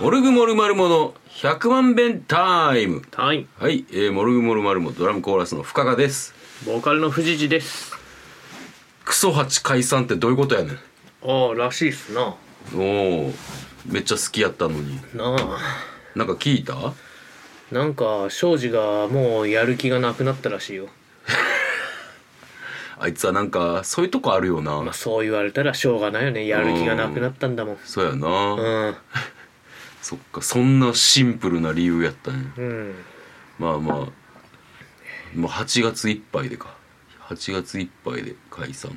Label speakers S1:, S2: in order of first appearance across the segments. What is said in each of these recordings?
S1: モルグモルマルモの100万遍タイム
S2: はい、
S1: はい、えー、モルグモルマルモドラムコーラスの深川です
S2: ボーカルの藤次です。
S1: クソハチ解散ってどういうことやねん
S2: ああ、らしいっすな。
S1: おおめっちゃ好きやったのに
S2: なあ、
S1: なんか聞いた
S2: なんか庄司がもうやる気がなくなったらしいよ。
S1: あいつはなんかそういうとこあるよな、
S2: まあそう言われたらしょうがないよね。やる気がなくなったんだもん。
S1: そうやな、
S2: うん、
S1: そっかそんなシンプルな理由やったんや
S2: うん、
S1: まあまあもう8月いっぱいでか8月いっぱいで解散っ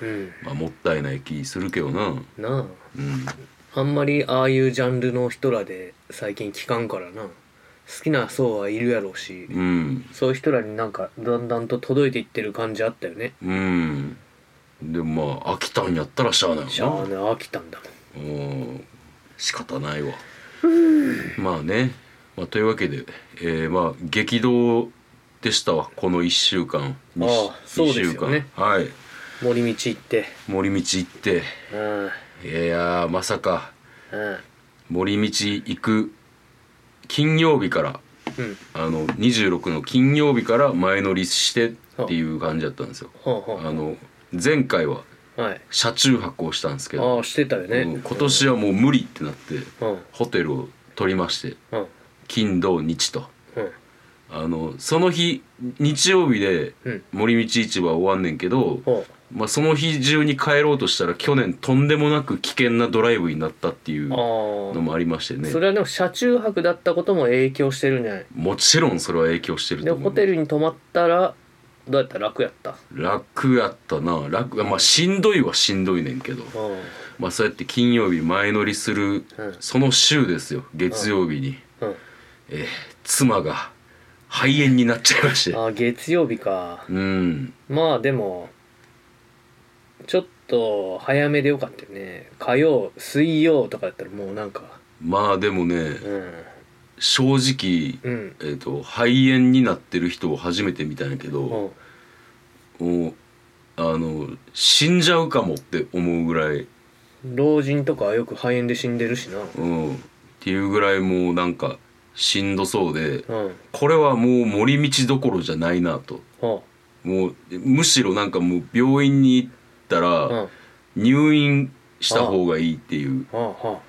S1: て
S2: うん、
S1: まあもったいない気するけどなうん
S2: なあ。あんまりああいうジャンルの人らで最近聞かんからな。好きな層はいるやろうし、
S1: うん
S2: そういう人らになんかだんだんと届いていってる感じあったよね。
S1: うんでもまあ飽きたんやったらしゃあない
S2: しゃあ
S1: わ
S2: ね、飽きたんだもん。
S1: なうん仕方ないわまあね、まあ、というわけで、えーまあ激動でしたわこの1週間
S2: ああそうですよね
S1: 二週間はい
S2: 森道行って。
S1: 森道行って
S2: うん、うん。
S1: いやーまさか森道行く金曜日から
S2: うん。
S1: あの26の金曜日から前乗りしてっていう感じだったんですよ。
S2: ほうほう
S1: あの前回は
S2: はい。
S1: 車中泊をしたんですけど、
S2: ああ、してたよね。
S1: うん今年はもう無理ってなって
S2: うん。うん。
S1: ホテルを取りまして
S2: うん。
S1: 金土日と
S2: うん。
S1: あのその日日曜日で
S2: うん。
S1: 森道市場は終わんねんけど、
S2: ほ
S1: まあ、その日中に帰ろうとしたら去年とんでもなく危険なドライブになったっていう
S2: う。
S1: の
S2: あ
S1: もありまして
S2: あ。
S1: ね
S2: それはでも車中泊だったことも影響してるんじゃない
S1: もちろんそれは影響してる
S2: で
S1: と思う
S2: ホテルに泊まったらどうやった楽やった
S1: 楽やったな楽まあしんどいはしんどいねんけど、
S2: うん
S1: まあ、そうやって金曜日前乗りする
S2: うん
S1: その週ですよ月曜日に、
S2: うん
S1: えー妻が肺炎になっちゃいまして
S2: ああ月曜日か
S1: うん
S2: まあでもちょっと早めでよかったよね火曜水曜とかだったらもうなんか
S1: まあでもね
S2: うん
S1: 正直、
S2: うん
S1: えー、と肺炎になってる人を初めて見たんやけど、
S2: うん
S1: もうあの死んじゃうかもって思うぐらい、
S2: 老人とかはよく肺炎で死んでるしな
S1: うん、っていうぐらいもうなんかしんどそうで、
S2: うん
S1: これはもう森道どころじゃないなと
S2: ほ
S1: もうむしろなんかもう病院に行った
S2: ううん
S1: ら
S2: は
S1: 入院した方がいいっていう
S2: あは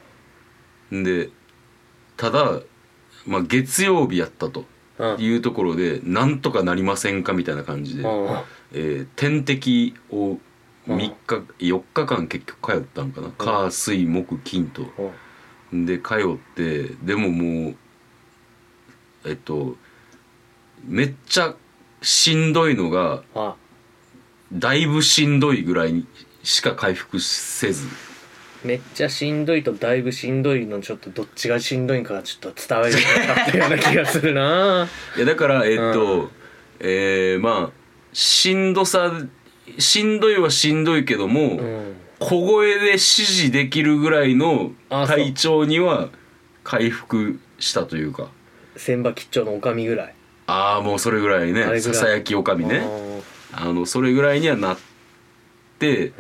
S1: んでただ、まあ、月曜日やったと
S2: あうん
S1: いうところでなんとかなりませんかみたいな感じで、
S2: うん
S1: えー点滴を
S2: うん
S1: 3日4日間結局通ったんかな火水木金と
S2: うん
S1: で通ってでももうえっとめっちゃしんどいのが
S2: あ
S1: だいぶしんどいぐらいしか回復せず
S2: めっちゃしんどいとだいぶしんどいのちょっとどっちがしんどいかちょっと伝わりなかったような気がするな
S1: いやだからえっと、えーまあしんどさしんどいはしんどいけども、
S2: うん
S1: 小声で指示できるぐらいの
S2: あそう
S1: 体調には回復したというか
S2: 千葉吉兆のおかみぐらい
S1: ああもうそれぐらい
S2: あれぐら
S1: ね
S2: い
S1: ささやきおかみね。あのそれぐらいにはなって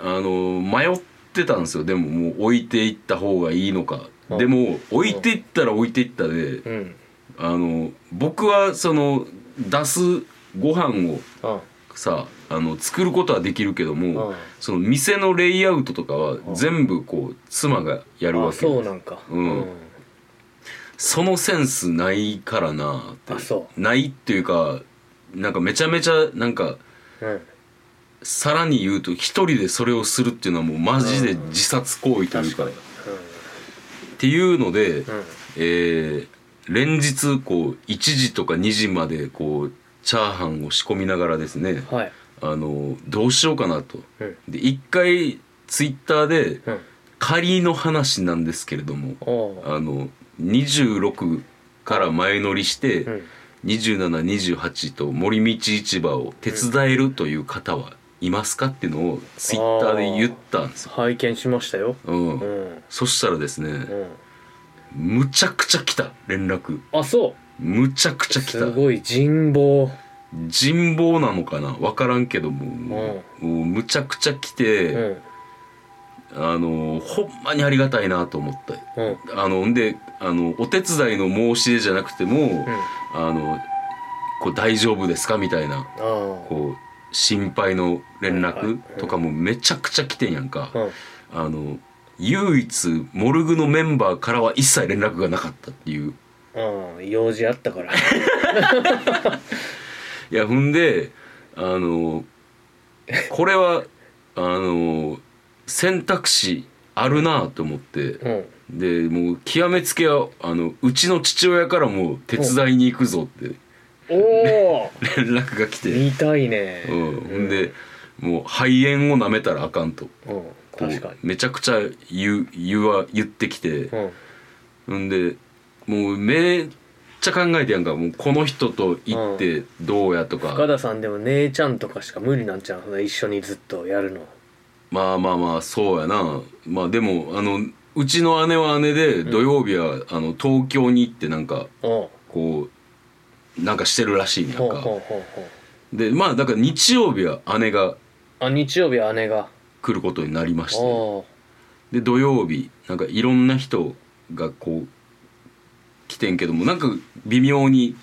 S2: あーうん
S1: あの迷ってたんですよでももう置いていった方がいいのか
S2: うん
S1: でも置いていったら置いていったで
S2: うん
S1: あの僕はその出すご飯を
S2: あ
S1: さあの作ることはできるけど
S2: う
S1: も
S2: ん
S1: その店のレイアウトとかは
S2: ん
S1: 全部こう妻がやるわ
S2: あ
S1: け
S2: そうなんか
S1: うんそのセンスないからなって
S2: あそ
S1: ないっていうかなんかめちゃめちゃなんか
S2: うん
S1: さらに言うと一人でそれをするっていうのはもうマジで自殺行為というか、っていうので、
S2: うん
S1: えー連日こう1時とか2時までこうチャーハンを仕込みながらですね
S2: うんはい
S1: あのどうしようかなと。
S2: うん
S1: で一回ツイッターで
S2: うん
S1: 仮の話なんですけれども
S2: おう
S1: あの26から前乗りして、
S2: うん
S1: 2728と森道市場を手伝えるという方はいますかっていうのをツイッターで言ったんですよ、
S2: 拝見しましたよ
S1: う、
S2: うんん
S1: そしたらです
S2: う
S1: ね
S2: ん
S1: むちゃくちゃ来た連絡
S2: あそ
S1: むちゃくち
S2: う
S1: ゃ来
S2: す
S1: た
S2: ごい人望
S1: 人望なのかな分からんけども,、もうむちゃくちゃ来て、
S2: うん
S1: あのほんまにありがたいなと思った
S2: うんうん
S1: あのんであのお手伝いの申し出じゃなくても、あのこう大丈夫ですかみたいな
S2: ああ
S1: こう心配の連
S2: はいはいうん
S1: 絡とかもめちゃくちゃ来てんやんか、
S2: うん
S1: あの唯一モルグのメンバーからは一切連絡がなかったっていう
S2: うん用事あったから
S1: いやほんであのこれはあの選択肢あるなと思って
S2: うん
S1: でもう極めつけはあのうちの父親からも手伝いに行くぞって
S2: おお
S1: 連絡が来て、
S2: 見たいね
S1: うん、ほんでもう肺炎をなめたらあかんと
S2: うんうん
S1: こう
S2: 確かに
S1: めちゃくちゃ言う言わ言ってきて
S2: う
S1: ほ
S2: ん
S1: んでもうめっちゃ考えてやんかもうこの人と行ってどうやとか、
S2: 深田さんでも姉ちゃんとかしか無理なんちゃうその一緒にずっとやるの
S1: まあまあまあそうやなまあでもあのうちの姉は姉で土曜日は、あの東京に行ってなんか
S2: うん
S1: こうなんかしてるらしいねやん
S2: ほう
S1: か
S2: ほうほうほう
S1: でまあだから日曜日は姉が
S2: あ日曜日は姉が
S1: 来ることになりまし
S2: お
S1: て
S2: お
S1: で土曜日なんかいろんな人がこう来てんけどもなんか微妙に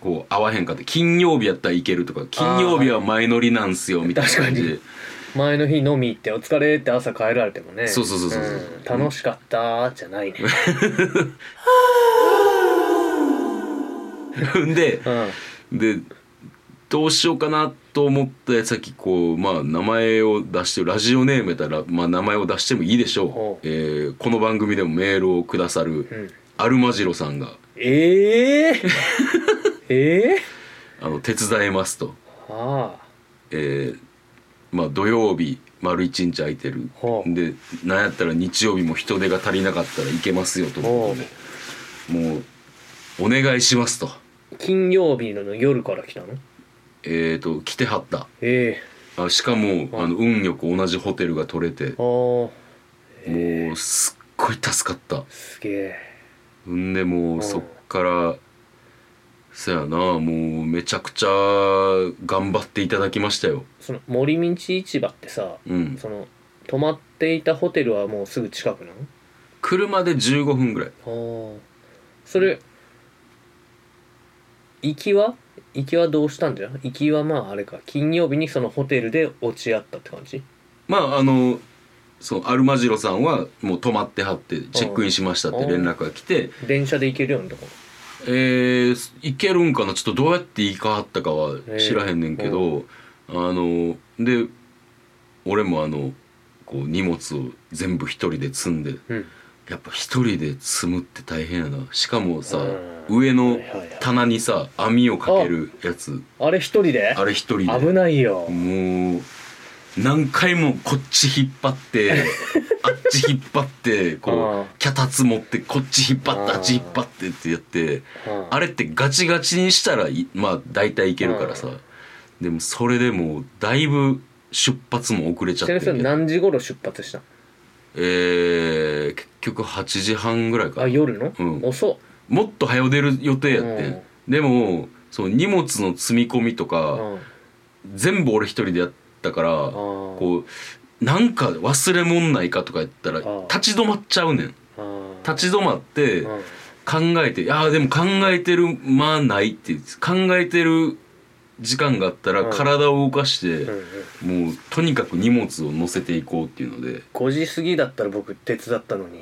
S1: こう合わへんかって金曜日やったらいけるとか金曜日は前乗りなんすよみたいな感じで
S2: 前の日飲み行って「お疲れ」って朝帰られてもね
S1: そうそうそうそうそうん
S2: 楽しかったーじゃないね
S1: ん で
S2: うん
S1: でどうしようかなと思ってさっきこうまあ名前を出してラジオネームやったら、まあ、名前を出してもいいでしょ
S2: ほ
S1: う、えーこの番組でもメールをくださる、
S2: うん
S1: アルマジロさんが
S2: ええ ー、ええ
S1: あの手伝いますと、
S2: ー、あ
S1: えーまあ、土曜日丸一日空いてる
S2: ほう
S1: でなんやったら日曜日も人手が足りなかったらいけますよと
S2: あ
S1: いうこと
S2: も
S1: でもうお願いしますと,、
S2: う金曜日の夜から来たの
S1: えー、と来てはった
S2: ええ
S1: あしかもあの運よく同じホテルが取れて
S2: ー、ああ
S1: もうすっごい助かった
S2: すげえ
S1: んでも
S2: ん
S1: うそっからそやなもうめちゃくちゃ頑張っていただきましたよ
S2: その森道市場ってさ、
S1: うん
S2: その泊まっていたホテルはもうすぐ近くなの
S1: 車で15分ぐらい
S2: ああそれ行きは行きはどうしたんじゃん行きはまああれか金曜日にそのホテルで落ち合ったって感じ
S1: まああのそのアルマジロさんはもう泊まってはってチェックインしましたって連絡が来て
S2: 電車で行けるようなとこ
S1: えー、行けるんかなちょっとどうやって行かはったかは知らへんねんけど、あので俺もあのこう荷物を全部一人で積んで
S2: うん
S1: やっぱ一人で積むって大変やなしかもさ
S2: うん
S1: 上の
S2: はいはいはい
S1: 棚にさ網をかけるやつ
S2: あれ一人で
S1: あれ一人
S2: 危
S1: で
S2: ないよ、
S1: もう何回もこっち引っ張って あっち引っ張って
S2: う
S1: こ
S2: ん
S1: う脚立持ってこっち引っ張って
S2: うん
S1: あっち引っ張ってってやって
S2: うん
S1: あれってガチガチにしたらいまあ大体いけるからさ
S2: うん
S1: でもそれでもうだいぶ出発も遅れちゃっ
S2: ちなみ
S1: て
S2: にそれ
S1: て
S2: 何時頃出発したの
S1: えー結局8時半ぐらいか
S2: あ
S1: な
S2: 夜の、
S1: うん
S2: 遅っ
S1: もっと早出る予定やってん、でもその荷物の積み込みと
S2: う
S1: か、
S2: んあ
S1: 全部俺一人でやったから、
S2: あ
S1: こうなんか忘れもんないかとか言ったら
S2: ん
S1: 立ち止まっちゃうねん
S2: ああ
S1: 立ち止まって
S2: うん
S1: 考えて「ああでも考えてる間ない」って考えてる時間があったら
S2: うん
S1: 体を動かして、
S2: うんうん
S1: もうとにかく荷物を乗せていこうっていうので
S2: 5時過ぎだったら僕手伝ったのに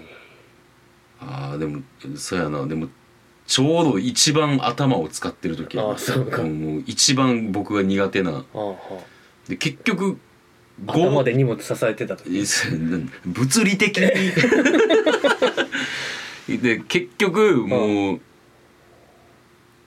S1: ああでもそうやなでもちょうど一番頭を使ってる時やな
S2: あーそうか
S1: もう一番僕が苦手な
S2: ああ
S1: で結局
S2: ああ
S1: ご
S2: 頭で荷物支えてた時
S1: えそうなん 物理的にで結局もう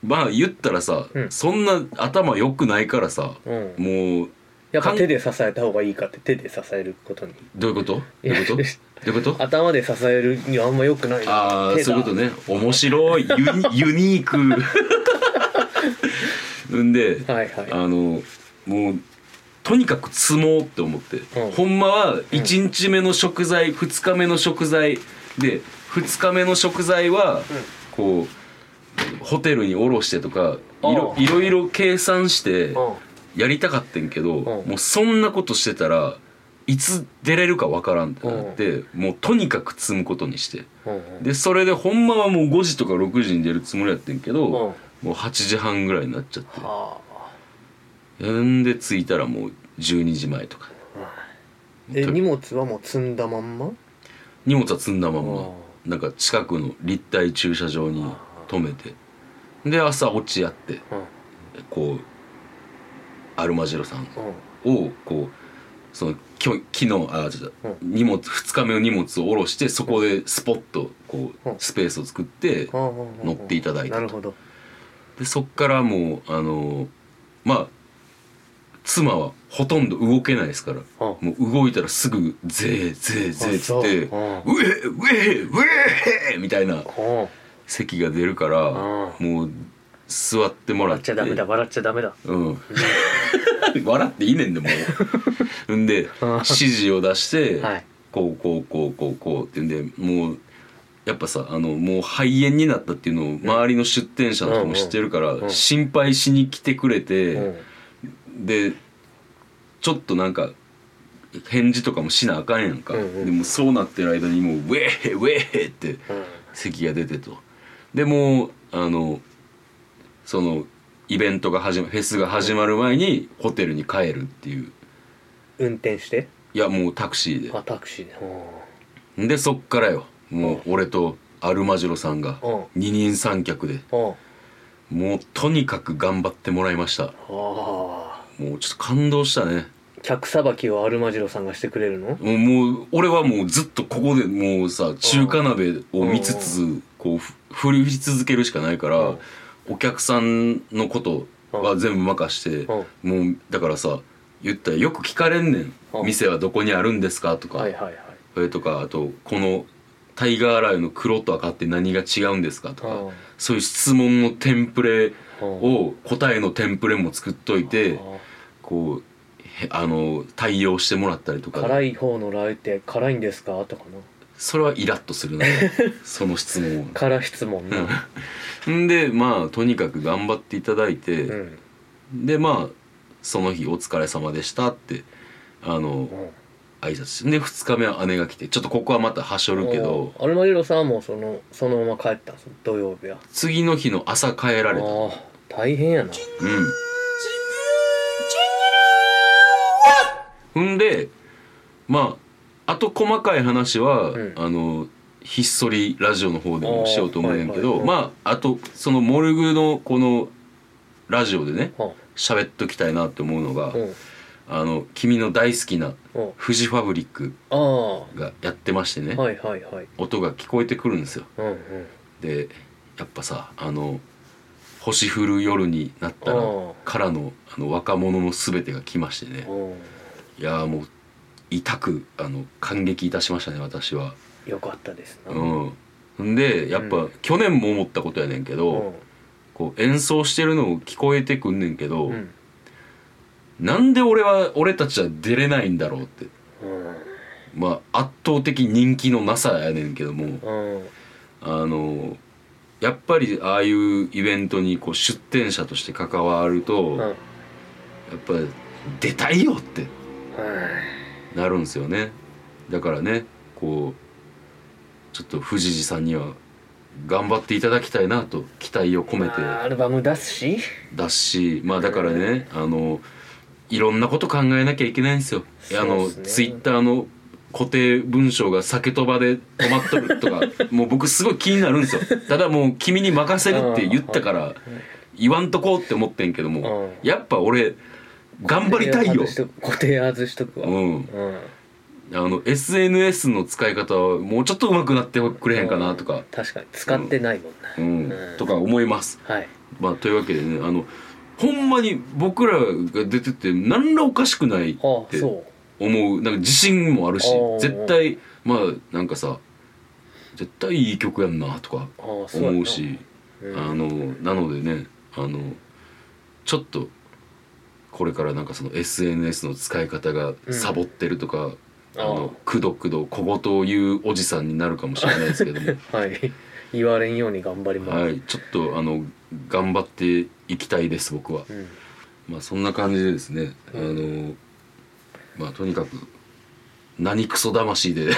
S1: まあ言ったらさ、
S2: うん
S1: そんな頭良くないからさ
S2: うん
S1: もう
S2: やっぱ手で支えた方がいいかって手で支えることに
S1: どういうことどういうことど
S2: いや
S1: ういうこと
S2: 頭で支えるにはあんま良くない
S1: ああ
S2: 手だ
S1: そういうことね面白いユニ ユニー クんで
S2: はいはい
S1: あのもうとにかく積もうって思って、
S2: ん
S1: ほんまは1日目の食材、2日目の食材で2日目の食材はこうホテルにおろしてとかいろ
S2: ああ
S1: いろいろ計算して
S2: うん
S1: やりたかってんけど
S2: うん
S1: もうそんなことしてたらいつ出れるかわからんってなってもうとにかく積むことにして
S2: うんうん
S1: でそれでほんまはもう5時とか6時に出るつもりやってんけど
S2: うん
S1: もう8時半ぐらいになっちゃって
S2: は
S1: んで着いたらもう12時前とか
S2: あで荷物はもう積んだまんま
S1: 荷物は積んだまん
S2: あ
S1: まなんか近くの立体駐車場に止めてで朝落ち合って
S2: うん
S1: こうアルマジロさん
S2: うん
S1: をこうそのきょ昨日あ違う
S2: うん
S1: 荷物2日目の荷物を下ろしてそこでスポッとこ
S2: うん
S1: うスペースを作って
S2: うんうんうん
S1: 乗っていただいた
S2: な
S1: と
S2: るほど
S1: でそっからもうあのまあ妻はほとんど動けないですから
S2: うん
S1: もう動いたらすぐ「ぜーぜーぜー」っつ
S2: あ
S1: っ
S2: そう
S1: て
S2: うん
S1: 「うえうえうえみたいな
S2: うん
S1: 咳が出るから
S2: うん
S1: もう座ってもら
S2: 笑
S1: っ
S2: っち
S1: て
S2: ゃダメだ笑っちゃダメだ
S1: うん、 笑っていいねんでもうんで
S2: うん
S1: 指示を出して、
S2: はい
S1: こうこうこうこうこうって言うんでもうやっぱさあのもう肺炎になったっていうのを周りの出店者の人も知ってるから、
S2: んうん
S1: 心配しに来てくれて、
S2: うん
S1: でちょっとなんか返事とかもしなあかんやんか、
S2: うんうん
S1: でもそうなってる間にもう「ウェーヘウェーヘ」って
S2: うん
S1: 咳が出てとでもうあのそのイベントが始まフェスが始まる前にホテルに帰るっていう
S2: 運転して
S1: いやもうタクシー
S2: あタクシーでうん
S1: ででそっからよもう俺とアルマジロさんが
S2: うん
S1: 二人三脚で
S2: うん
S1: もうとにかく頑張ってもらいました
S2: あ
S1: もうちょっと感動したね
S2: あ客さばきをアルマジロさんがしてくれる
S1: も
S2: の
S1: うもう俺はもうずっとここでもうさ中華鍋を見つつこうふ振り続けるしかないか
S2: う
S1: ら
S2: ん
S1: お客さんのことは全部任して
S2: うん
S1: もうだからさ言ったらよく聞かれんねん
S2: うん
S1: 店はどこにあるんですかとか
S2: はいはいはい
S1: それとかあとこのタイガーライの黒と赤って何が違うんですかと
S2: うん
S1: かそういう質問のテンプレ
S2: うん
S1: を答えのテンプレも作っといてこうへあの対応してもらったりとか
S2: 辛い方のラー油って辛いんですかとかな
S1: それはイラッとする なその質問
S2: 辛質問な
S1: はんでまあとにかく頑張っていただいて、
S2: うん
S1: でまあその日お疲れ様でしたってあの
S2: うん
S1: 挨拶してで2日目は姉が来てちょっとここはまたはしょるけど
S2: うんアルマジロさんはもうそのそのまま帰ったんです土曜日は
S1: 次の日の朝帰ら
S2: あ
S1: れたうん
S2: あ大変やな
S1: ほんでまああと細かい話は、
S2: うん
S1: あのひっそりラジオの方でもしようと思うねんけど、
S2: あーはいはい
S1: まああとそのモルグのこのラジオでね
S2: うん
S1: 喋っときたいなって思うのが、
S2: うん
S1: あの君の大好きな
S2: うん
S1: フジファブリック
S2: ああは
S1: がやってましてね、
S2: いはいはい
S1: 音が聞こえてくるんですよ
S2: うんうん
S1: でやっぱさあの星降る夜になったら
S2: うん
S1: からのあの若者の全てが来ましてね
S2: うん
S1: いやーもう痛くあの感激いたしましたね私は
S2: よかったですな
S1: うんんでやっぱ、
S2: うん
S1: 去年も思ったことやねんけど、こう演奏してるのを聞こえてくんねんけど、
S2: うんうん
S1: なんで俺は俺たちは出れないんだろうってまあ圧倒的人気のなさやねんけども
S2: うんうん
S1: あのやっぱりああいうイベントにこう出展者として関わると、
S2: う
S1: や
S2: ん
S1: っぱり出たいよってなるんですよねだからねこうちょっと藤次さんには頑張っていただきたいなと期待を込め
S2: まあ
S1: て
S2: アルバム出すし
S1: だしまあだからね、あのいろんなこと考えなきゃいけないんですよ。あ
S2: そう
S1: の
S2: っすね
S1: ツイッターの固定文章が酒とばで止まっとるとか もう僕すごい気になるんですよただもう君に任せるって言ったから言わんとこうって思ってんけども
S2: うん
S1: やっぱ俺頑張りたいよ
S2: 固定外しとく固定外しとくわ
S1: うん
S2: うん
S1: あの SNS の使い方はもうちょっと上手くなってくれへんかなとか、
S2: 確かに使ってないもんな
S1: うん
S2: うん
S1: とか思います。
S2: はい
S1: まあ、というわけでねあのほんまに僕らが出てて何らおかしくないっ
S2: ああ
S1: て
S2: そ
S1: 思うなんか自信もあるし
S2: あー
S1: 絶対まあなんかさ絶対いい曲やんなとか
S2: うああそうやな
S1: 思うし
S2: うん
S1: あのなのでねあのちょっとこれからなんかその SNS の使い方がサボってるとか、あ
S2: ああ
S1: のくどくど小言を言うお じさんになるかもしれないですけども
S2: はい言われんように頑張ります
S1: はいちょっとあの頑張っていきたいです僕は、
S2: うん
S1: まあそんな感じでですね、
S2: うん
S1: あのまあとにかく何クソ魂で
S2: はい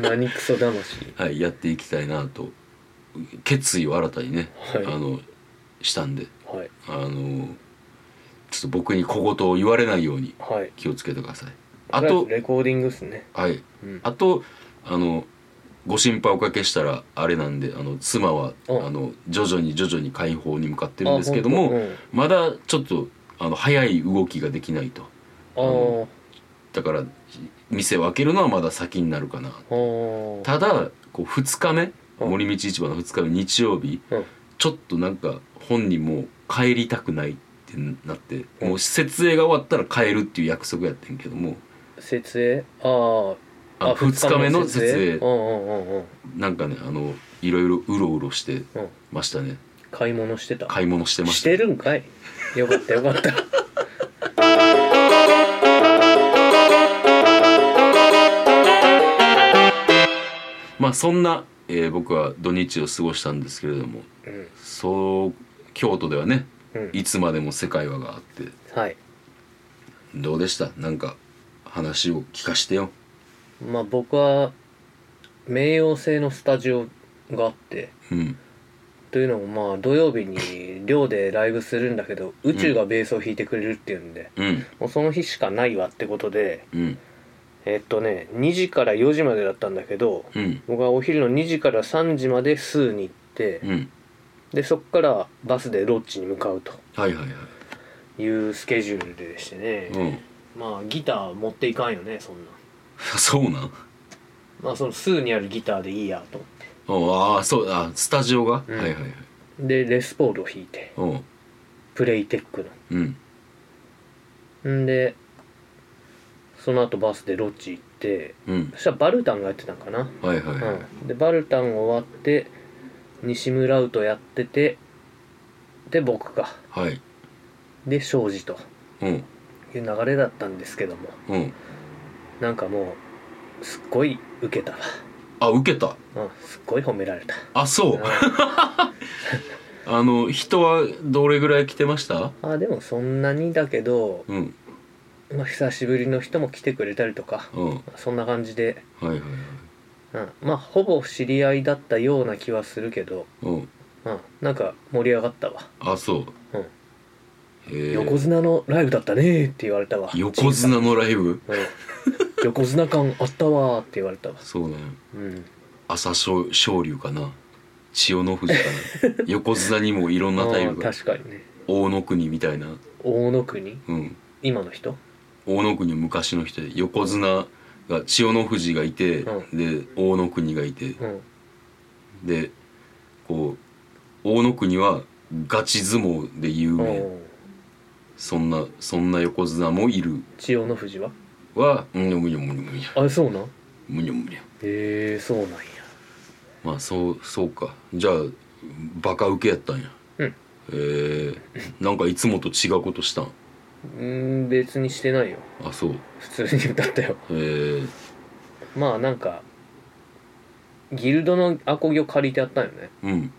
S2: 何クソ魂
S1: はいやっていきたいなと決意を新たにね、
S2: はい
S1: あのしたんで
S2: はい
S1: あのちょっと僕に小言を言われないように
S2: はい
S1: 気をつけてくださいあ
S2: りえ
S1: と
S2: ずレコーディングっすね
S1: はい
S2: うん
S1: あとあのご心配おかけしたらあれなんであの妻はあ
S2: うん
S1: の徐々に徐々に解放に向かってるんですけど
S2: あ
S1: も、
S2: ほんと
S1: まだちょっとあの早い動きができないと
S2: うんあ
S1: だから店を開けるのはまだ先になるかな
S2: あは
S1: ただこう2日目
S2: うん
S1: 森道市場の2日目日曜日
S2: あうん
S1: ちょっとなんか本人もう帰りたくないってなって
S2: うん
S1: もう設営が終わったら帰るっていう約束やってんけども
S2: 設営ああ
S1: あ2日目の設
S2: う
S1: 営
S2: んうんうんうん
S1: なんかねあのいろいろうろうろして
S2: うん
S1: ましたね
S2: 買い物してた
S1: 買い物してま
S2: し
S1: した
S2: てるんかいよかったよかった
S1: まあそんな、えー僕は土日を過ごしたんですけれども
S2: うん
S1: そう京都ではね
S2: うん
S1: いつまでも世界はがあって
S2: はい
S1: どうでしたなんか話を聞かしてよ
S2: まあ僕は冥王星のスタジオがあって
S1: うん
S2: というのもまあ土曜日に寮でライブするんだけど宇宙がベースを弾いてくれるっていうんで、
S1: うん
S2: もうその日しかないわってことで
S1: うん
S2: えっとね2時から4時までだったんだけど
S1: うん
S2: 僕はお昼の2時から3時までスーに行って
S1: うん
S2: でそっからバスでロッチに向かうと
S1: はいはいは
S2: いうスケジュールでして
S1: い
S2: ね、
S1: うん
S2: まあギター持っていかんよねそんな
S1: そうなん
S2: まあそのスーにあるギターでいいやと思って
S1: うんああそうあスタジオが、
S2: うん
S1: はいはいはい
S2: でレスポールを弾いて
S1: うん
S2: プレイテック
S1: うん
S2: のんでその後バスでロッチ行って
S1: うん
S2: そしたらバルタンがやってたんかな、
S1: はいはいはい、
S2: うん、でバルタン終わって西村ウトやっててで僕か
S1: はい
S2: で庄司と
S1: うん
S2: いう流れだったんですけども
S1: うん
S2: なんかもうすっごい受けたわ、
S1: あ受けた
S2: うん、すっごい褒められた
S1: あそうあの人はどれぐらい来てました
S2: あでもそんなにだけど、
S1: うん
S2: まあ、久しぶりの人も来てくれたりとか
S1: うんはい
S2: そんな感じで、
S1: はいはい
S2: うん、まあほぼ知り合いだったような気はするけど、
S1: うん
S2: うん、なんか盛り上がったわ、
S1: あそう
S2: うん
S1: へえ
S2: 横綱のライブだったねーって言われたわ
S1: 横綱のライブ
S2: うん横綱感あったわーって言われたわ、
S1: そうね
S2: うん、
S1: 朝青昇龍かな千代の富士かな横綱にもいろんなタイプ
S2: あ
S1: が
S2: ー確かにね
S1: 大野国みたいな、
S2: 大野国
S1: うん、
S2: 今の人
S1: 大野国は昔の人で横綱が千代の富士がいて、
S2: う
S1: で大野国がいて
S2: うん
S1: でこう大野国はガチ相撲で有
S2: う
S1: 名
S2: ん
S1: そんなそんな横綱もいる
S2: 千代の富士は
S1: はむにょむにょむにょむにょ
S2: あれそうなん
S1: むにょむにょ
S2: へえそうなんや
S1: まあそうそうかじゃあバカウケやったんや
S2: うん
S1: えー、なんかいつもと違うことしたん
S2: うん別にしてないよ
S1: あそう
S2: 普通に歌ったよ
S1: えー、
S2: まあなんかギルドのアコギを借りてやったんよね
S1: うん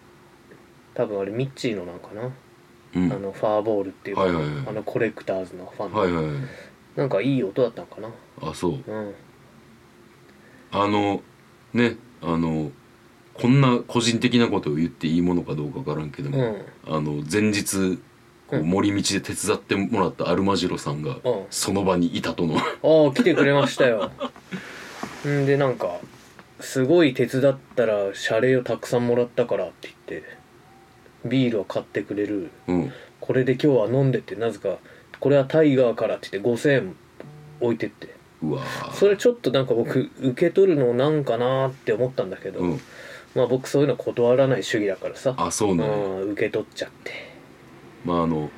S2: 多分あれミッチーのなんかな、
S1: うん
S2: あのファーボールっていう、
S1: はいはいはい
S2: あのコレクターズのファンの、
S1: はいはいはい
S2: なんかいい音だったんかな
S1: あそう
S2: うん
S1: あのねあのこんな個人的なことを言っていいものかどうかわからんけど
S2: う
S1: も、
S2: ん
S1: あの前日こう
S2: うん
S1: 森道で手伝ってもらったアルマジロさんが
S2: うん
S1: その場にいたとの
S2: ああ来てくれましたよんでなんかすごい手伝ったら謝礼をたくさんもらったからって言ってビールを買ってくれる
S1: うん
S2: これで今日は飲んでってなぜかこれはタイガーからって言って5000円置いてって
S1: うわ
S2: そ
S1: ー
S2: れちょっとなんか僕受け取るのなんかなーって思ったんだけど、
S1: うん
S2: まあ僕そういうの断らない主義だからさ
S1: あそう
S2: う
S1: なの、ね、
S2: ん受け取っちゃって
S1: まああの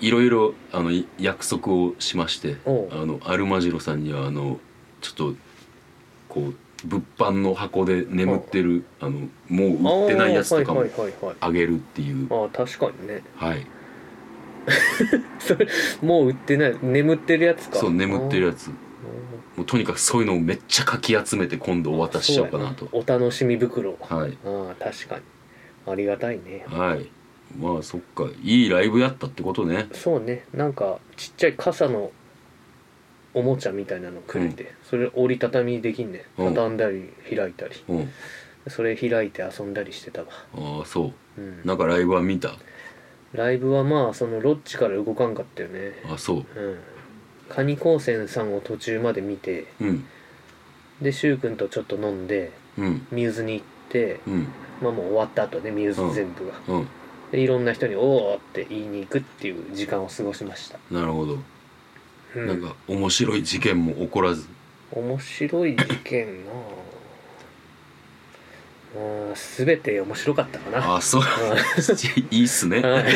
S1: いろいろあのい約束をしまして
S2: おう
S1: あのアルマジロさんにはあのちょっとこう物販の箱で眠ってるあのもう売ってないやつとか
S2: あ
S1: も
S2: ーはいはいはいはい
S1: あげるっていう
S2: あー確かにね
S1: はい
S2: それもう売ってない眠ってるやつか
S1: そう眠ってる
S2: や
S1: やつもうとにかくそういうのをめっちゃかき集めて今度お渡ししようかなと
S2: お楽しみ袋
S1: はい
S2: ああ確かにあありがたいね
S1: はいまあそっかいいライブやったってことね
S2: そうねなんかちっちゃい傘のおもちゃみたいなのくれて、それ折りたたみできんね
S1: うん
S2: 畳んだり開いたり
S1: うん
S2: それ開いて遊んだりしてたわ、、
S1: ああそううんなんかライブは見た
S2: ライブはまあそのロッチから動かんかったよね
S1: あそう
S2: うんカニ高専さんを途中まで見て
S1: うん
S2: でく君とちょっと飲んで
S1: うん
S2: ミューズに行って
S1: うん
S2: まあもう終わった後ねミューズ全部が、
S1: うん
S2: でいろんな人に「おお!」って言いに行くっていう時間を過ごしました、
S1: なるほど、
S2: うん、
S1: なんか面白い事件も起こらず
S2: 面白い事件なあすべて面白かったかな
S1: ああそう いいっすね
S2: はい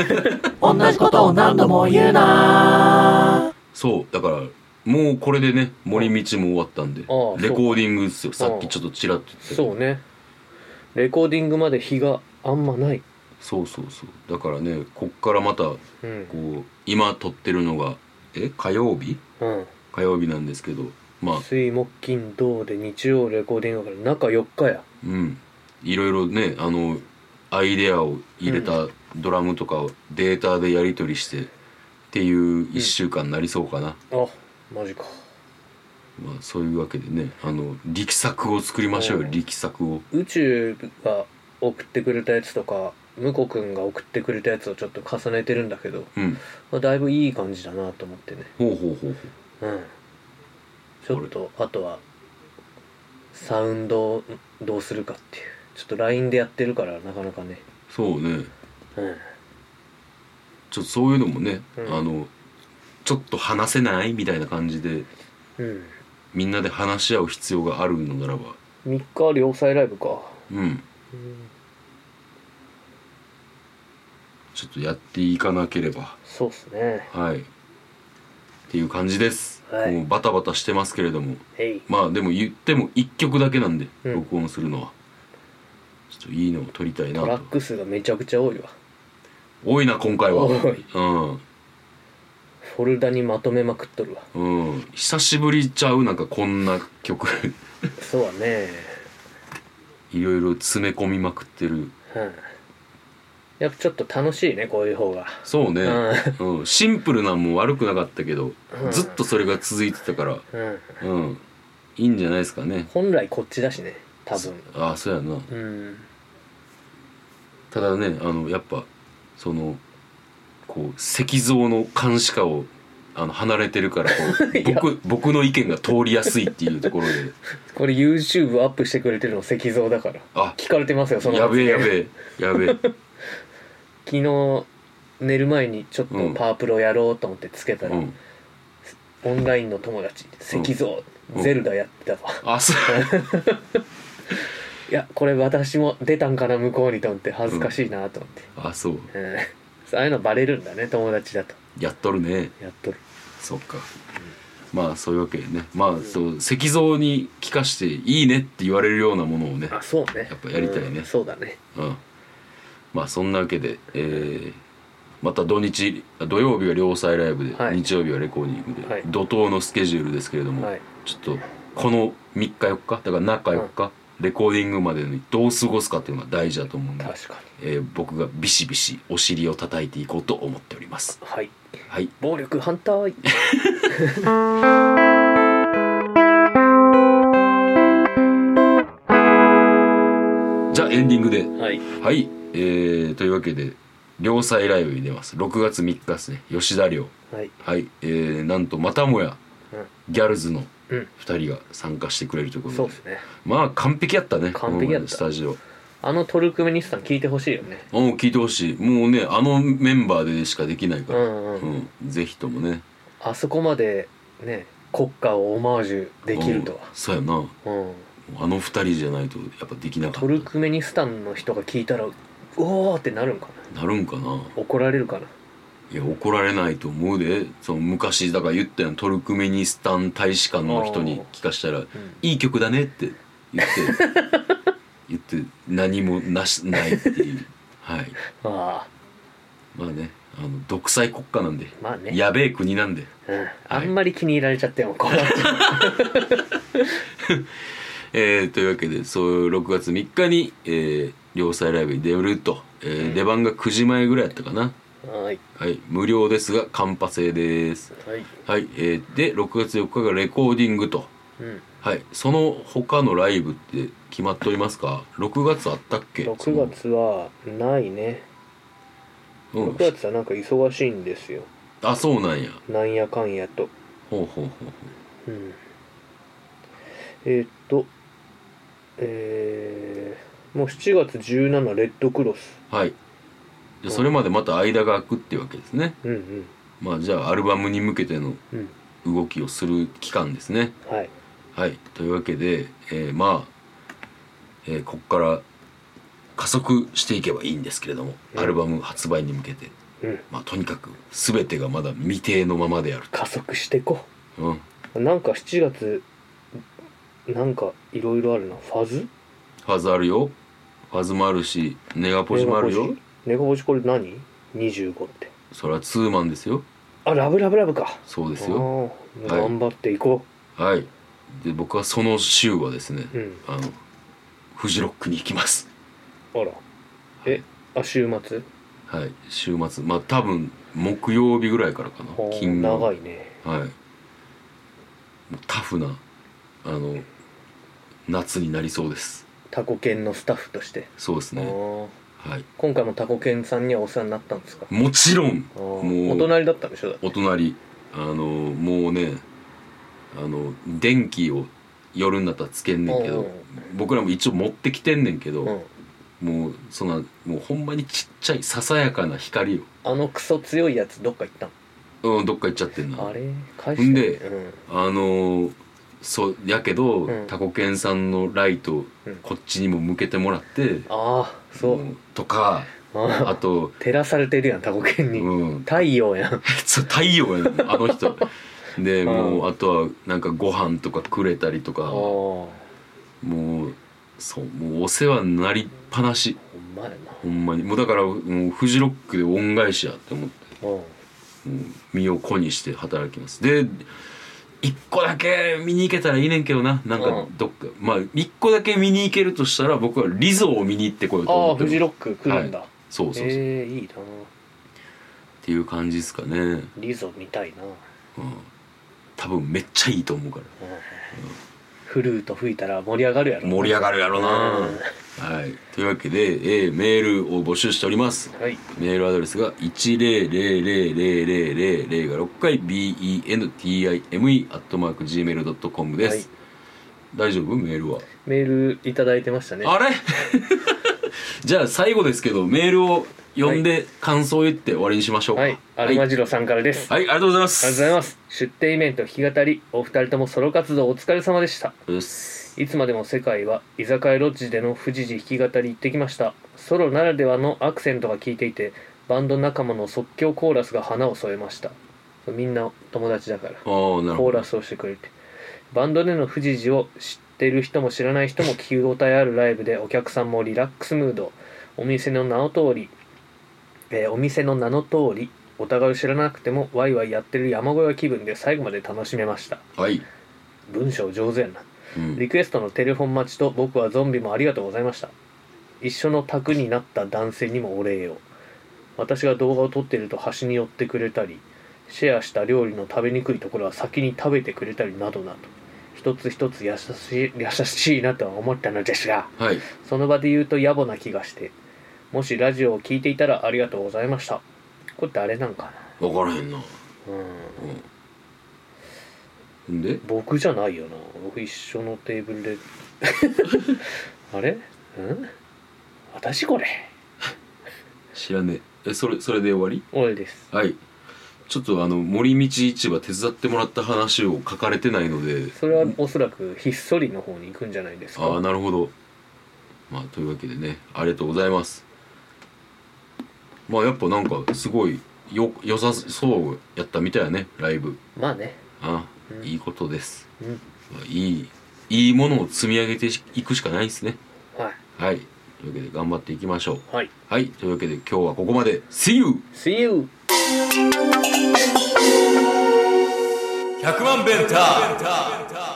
S3: 同じことを何度も言うな
S1: そうだからもうこれでね森道も終わったんでレコ
S2: そう
S1: ーディングですよさっ
S2: う
S1: き
S2: ん
S1: ちょっとちらっと言ってたけど
S2: そうねレコーディングまで日があんまない、
S1: そうそうそうだからねこっからまたこ
S2: うん
S1: う今撮ってるのがえ火曜日
S2: うん、
S1: 火曜日なんですけどまあ
S2: 水木金土で日曜レコーディングだから中4日や
S1: うんいろいろねあのアイデアを入れたドラムとかをデータでやり取りしてっていう1週間になりそうかな、
S2: あマジか
S1: まあ、そういうわけでねあの力作を作りましょう
S2: う
S1: よ
S2: ん
S1: 力作を
S2: 宇宙が送ってくれたやつとか向こう君が送ってくれたやつをちょっと重ねてるんだけど、
S1: うん
S2: まあ、だいぶいい感じだなと思ってね
S1: ほうほうほうほう
S2: うんちょっとあとはサウンドをどうするかっていうちょっと LINE でやってるからなかなかね
S1: そうね
S2: うん
S1: ちょっとそういうのもね、
S2: うん
S1: あのちょっと話せないみたいな感じで
S2: うん
S1: みんなで話し合う必要があるのならば
S2: 3日ある要塞ライブか
S1: うん
S2: うん
S1: ちょっとやっていかなければ
S2: そうっすね
S1: はいっていう感じです、
S2: はい
S1: もうバタバタしてますけれども
S2: えい
S1: まあでも言っても1曲だけなんで、
S2: うん
S1: 録音するのはちょっといいのを撮りたいな
S2: トラ
S1: と
S2: ック数がめちゃくちゃ多いわ
S1: 多いな今回は
S2: 多いフォルダにまとめまくっとるわ
S1: うん、うん、久しぶりちゃうなんかこんな曲
S2: そうはね
S1: いろいろ詰め込みまくってる
S2: うんやっぱちょっと楽しいねこういう方が
S1: そうね、
S2: う
S1: うん、シンプルなんも悪くなかったけど、
S2: うん
S1: ずっとそれが続いてたから、
S2: うん
S1: うん、いいんじゃないですかね
S2: 本来こっちだしね多分
S1: ああそうやな
S2: うん
S1: ただねあのやっぱそのこう石像の監視下をあの離れてるからこう
S2: いや
S1: 僕僕の意見が通りやすいっていうところで
S2: これ YouTube アップしてくれてるの石像だから
S1: あ
S2: 聞かれてますよその
S1: やべえや
S2: え
S1: べえやべえ
S2: 昨日寝る前にちょっと
S1: うん
S2: パワープロやろうと思ってつけたら、
S1: うん
S2: オンラインの友達石像、
S1: うん
S2: ゼルダやってたわ
S1: あそう
S2: いやこれ私も出たんかな向こうにと思って恥ずかしいなと思って、
S1: あそう
S2: うん、ああいうのバレるんだね友達だと
S1: やっとるね
S2: やっとる
S1: そっかまあそういうわけでねまあそう石像に聞かしていいねって言われるようなものをね
S2: あそうね
S1: やっぱやりたいね
S2: うんそうだね
S1: うん、まあそんなわけで、えーまた土日あ土曜日は両サイライブで、
S2: はい
S1: 日曜日はレコーディングで、
S2: はい
S1: 怒涛のスケジュールですけれども、
S2: はい
S1: ちょっとこの3日4日だから中4日、レコーディングまでにどう過ごすかっていうのが大事だと思うんで、
S2: 確かに
S1: えー僕がビシビシお尻を叩いていこうと思っております。
S2: はい
S1: はい
S2: 暴力反対
S1: じゃあエンディングで
S2: はい
S1: はい、えーというわけで両サイライブに出ます6月3日ですね吉田寮
S2: はい
S1: はい、えーなんとまたもや
S2: うん
S1: ギャルズの
S2: うん
S1: 2人が参加してくれるということ
S2: そう
S1: で
S2: ですね
S1: まあ完璧やったね
S2: 完璧や
S1: この
S2: った
S1: 前のスタジオ
S2: あのトルクメニスタン聞いてほしいよね
S1: うん聞いてほしいもうねあのメンバーでしかできないか
S2: う
S1: ら、
S2: んうん、
S1: うんぜひともね
S2: あそこまでね国家をオマージュできると
S1: うんそうやなもう
S2: は、うん、
S1: あの2人じゃないとやっぱできなか
S2: ト
S1: っ
S2: ルクメニスタンの人が聞いたらうおーってなるんか
S1: たなるんかな
S2: な怒られるかない
S1: や怒られないと思うでその昔だから言ったやんトルクメニスタン大使館の人に聞かしたら「いい曲だね」って言って 言って何もなしないっていうはい
S2: ああ
S1: まあねあの独裁国家なんで、
S2: まあね
S1: やべえ国なんで、
S2: うん、あんまり気に入られちゃってもこうなっちゃう
S1: えーというわけでそう6月3日に、えー両サイライブに出ると、えー出番が9時前ぐらいやったかな
S2: はい
S1: はい無料ですがカンパ制です
S2: はい
S1: はい、えーで6月4日がレコーディングと
S2: うん
S1: はいその他のライブって決まっておりますか6月あったっけ
S2: 6月はないね
S1: そのうん
S2: 6月はなんか忙しいんですよ
S1: あそうなんや
S2: なんやかんやと
S1: ほうほうほうほう
S2: うんえーっとえー、もう7月17レッドクロス
S1: はいでそれまでまた間が空くってわけですね
S2: うんうん
S1: まあじゃあアルバムに向けての
S2: うん
S1: 動きをする期間ですね
S2: はい
S1: はいというわけで、えーまあ、えーここから加速していけばいいんですけれども、
S2: うん
S1: アルバム発売に向けて、
S2: うん
S1: まあ、とにかく全てがまだ未定のままである
S2: 加速してこ
S1: と、うん、
S2: なんか7月なんかいろいろあるなファズ
S1: ファズあるよファズもあるしネガポジもあるよ
S2: ネガポジこれ何 ?25 って
S1: それはツーマンですよ
S2: あラブラブラブか
S1: そうですよ
S2: あー
S1: はい
S2: 頑張っていこ
S1: はいで僕はその週はですね、
S2: う、うん
S1: あのフジロックに行きます
S2: あらえあ週末
S1: はい週末まあ多分木曜日ぐらいからかな
S2: ほう
S1: 金曜日
S2: 長いね
S1: はいもうタフなあの夏になりそうです
S2: タコ犬のスタッフとして、
S1: そうです
S2: あ
S1: ね
S2: ー
S1: はい
S2: 今回もタコ犬さんにはお世話になったんですか
S1: もちろん
S2: あー
S1: も
S2: お
S1: う
S2: 隣だったんでしょだって
S1: お隣あのもうねあの電気を夜になったらつけんねんけ
S2: うん
S1: ど
S2: うん
S1: 僕らも一応持ってきてんねんけど、
S2: うん
S1: もうそんなもうほんまにちっちゃいささやかな光を、
S2: あのクソ強いやつどっか行ったん
S1: うん、どっか行っちゃってんな
S2: あれ返
S1: ん
S2: して
S1: で
S2: うん
S1: あのーそうやけど、
S2: うん
S1: タコケンさんのライト、
S2: うん
S1: こっちにも向けてもらって
S2: ああそう、
S1: うんとかあ
S2: あ
S1: と、
S2: 照らされてるやんタコ犬
S1: う
S2: に、
S1: ん、
S2: 太陽やん
S1: そう太陽やねあの人で
S2: ん
S1: もうあとはなんかご飯とかくれたりとか
S2: ああ
S1: も
S2: ほ
S1: うそうもうお世話になりっぱなし
S2: んまやな
S1: ほんまにもうだからもうフジロックで恩返しやって思って
S2: うん
S1: もう身を粉にして働きますで一個だけ見に行けたらいいねんけどななんか
S2: うん
S1: どっか、まあ一個だけ見に行けるとしたら僕はリゾを見に行ってこようと
S2: あ
S1: 思
S2: あ
S1: って
S2: フジ
S1: る
S2: ロック来るんだ、
S1: はそうそうそう、
S2: ええいい
S1: っ
S2: な
S1: ていう感じですかね、うん、
S2: リゾ見たいな、うん
S1: 多分めっちゃいいと思うから
S2: フルート吹いたら盛り上がるやろ
S1: 盛り上がるやろな、
S2: うん
S1: はい、というわけで、えーメールを募集しております
S2: はい
S1: メールアドレスが1000000が6回 bentime.gmail.com です、
S2: はい
S1: 大丈夫メールは、
S2: メールいただいてましたね
S1: あれ じゃあ最後ですけどメールを読んで感想を言って終わりにしましょうか
S2: はいアルマ
S1: はい、
S2: ジロさんからです、
S1: はいありがとうございま
S2: あ
S1: す
S2: りがとうござい
S1: ま
S2: ます出店イベント弾き語りお二人ともソロ活動お疲れ様でした
S1: す
S2: いつまでも世界は居酒屋ロッジでの富士寺弾き語り行ってきましたソロならではのアクセントが効いていてバンド仲間の即興コーラスが花を添えましたみんな友達だから
S1: ああなる
S2: コー
S1: ほど
S2: ラスをしてくれてバンドでの富士寺を知ってる人も知らない人も聞き応えあるライブでお客さんもリラックスムードお店の名の通り、えーお店の名の通りお互いを知らなくてもワイワイやってる山小屋気分で最後まで楽しめました
S1: はい、
S2: 文章上手やな
S1: うん
S2: リクエストのテレフォン待ちと僕はゾンビもありがとうございました一緒の卓になった男性にもお礼を私が動画を撮っていると端に寄ってくれたりシェアした料理の食べにくいところは先に食べてくれたりなどなど一つ一つ優しい 優しいなとは思ったのですが
S1: はい
S2: その場で言うと野暮な気がしてもしラジオを聞いていたらありがとうございましたこれってあれなんか
S1: 分からへんな
S2: なうん
S1: うんんで
S2: 僕じゃないよな僕一緒のテーブルであれん私これ
S1: 知らねええそれそれで終わり
S2: 俺です
S1: はい。ちょっとあの森道市場手伝ってもらった話を書かれてないので、
S2: それはおそらくひっそりの方に行くんじゃないです
S1: ああ
S2: か
S1: なるほど。まあというわけでね、ありがとうございます。まあやっぱなんかすごいよ良さそうやったみたいやねライブ。
S2: まあね
S1: あ、
S2: うん
S1: いいことです。
S2: うん
S1: まあいいいいものを積み上げていくしかないですね。
S2: はい
S1: はい。というわけで頑張っていきましょう。
S2: はい
S1: はい。というわけで今日はここまで。See you。
S2: See you!
S1: 100万ベンター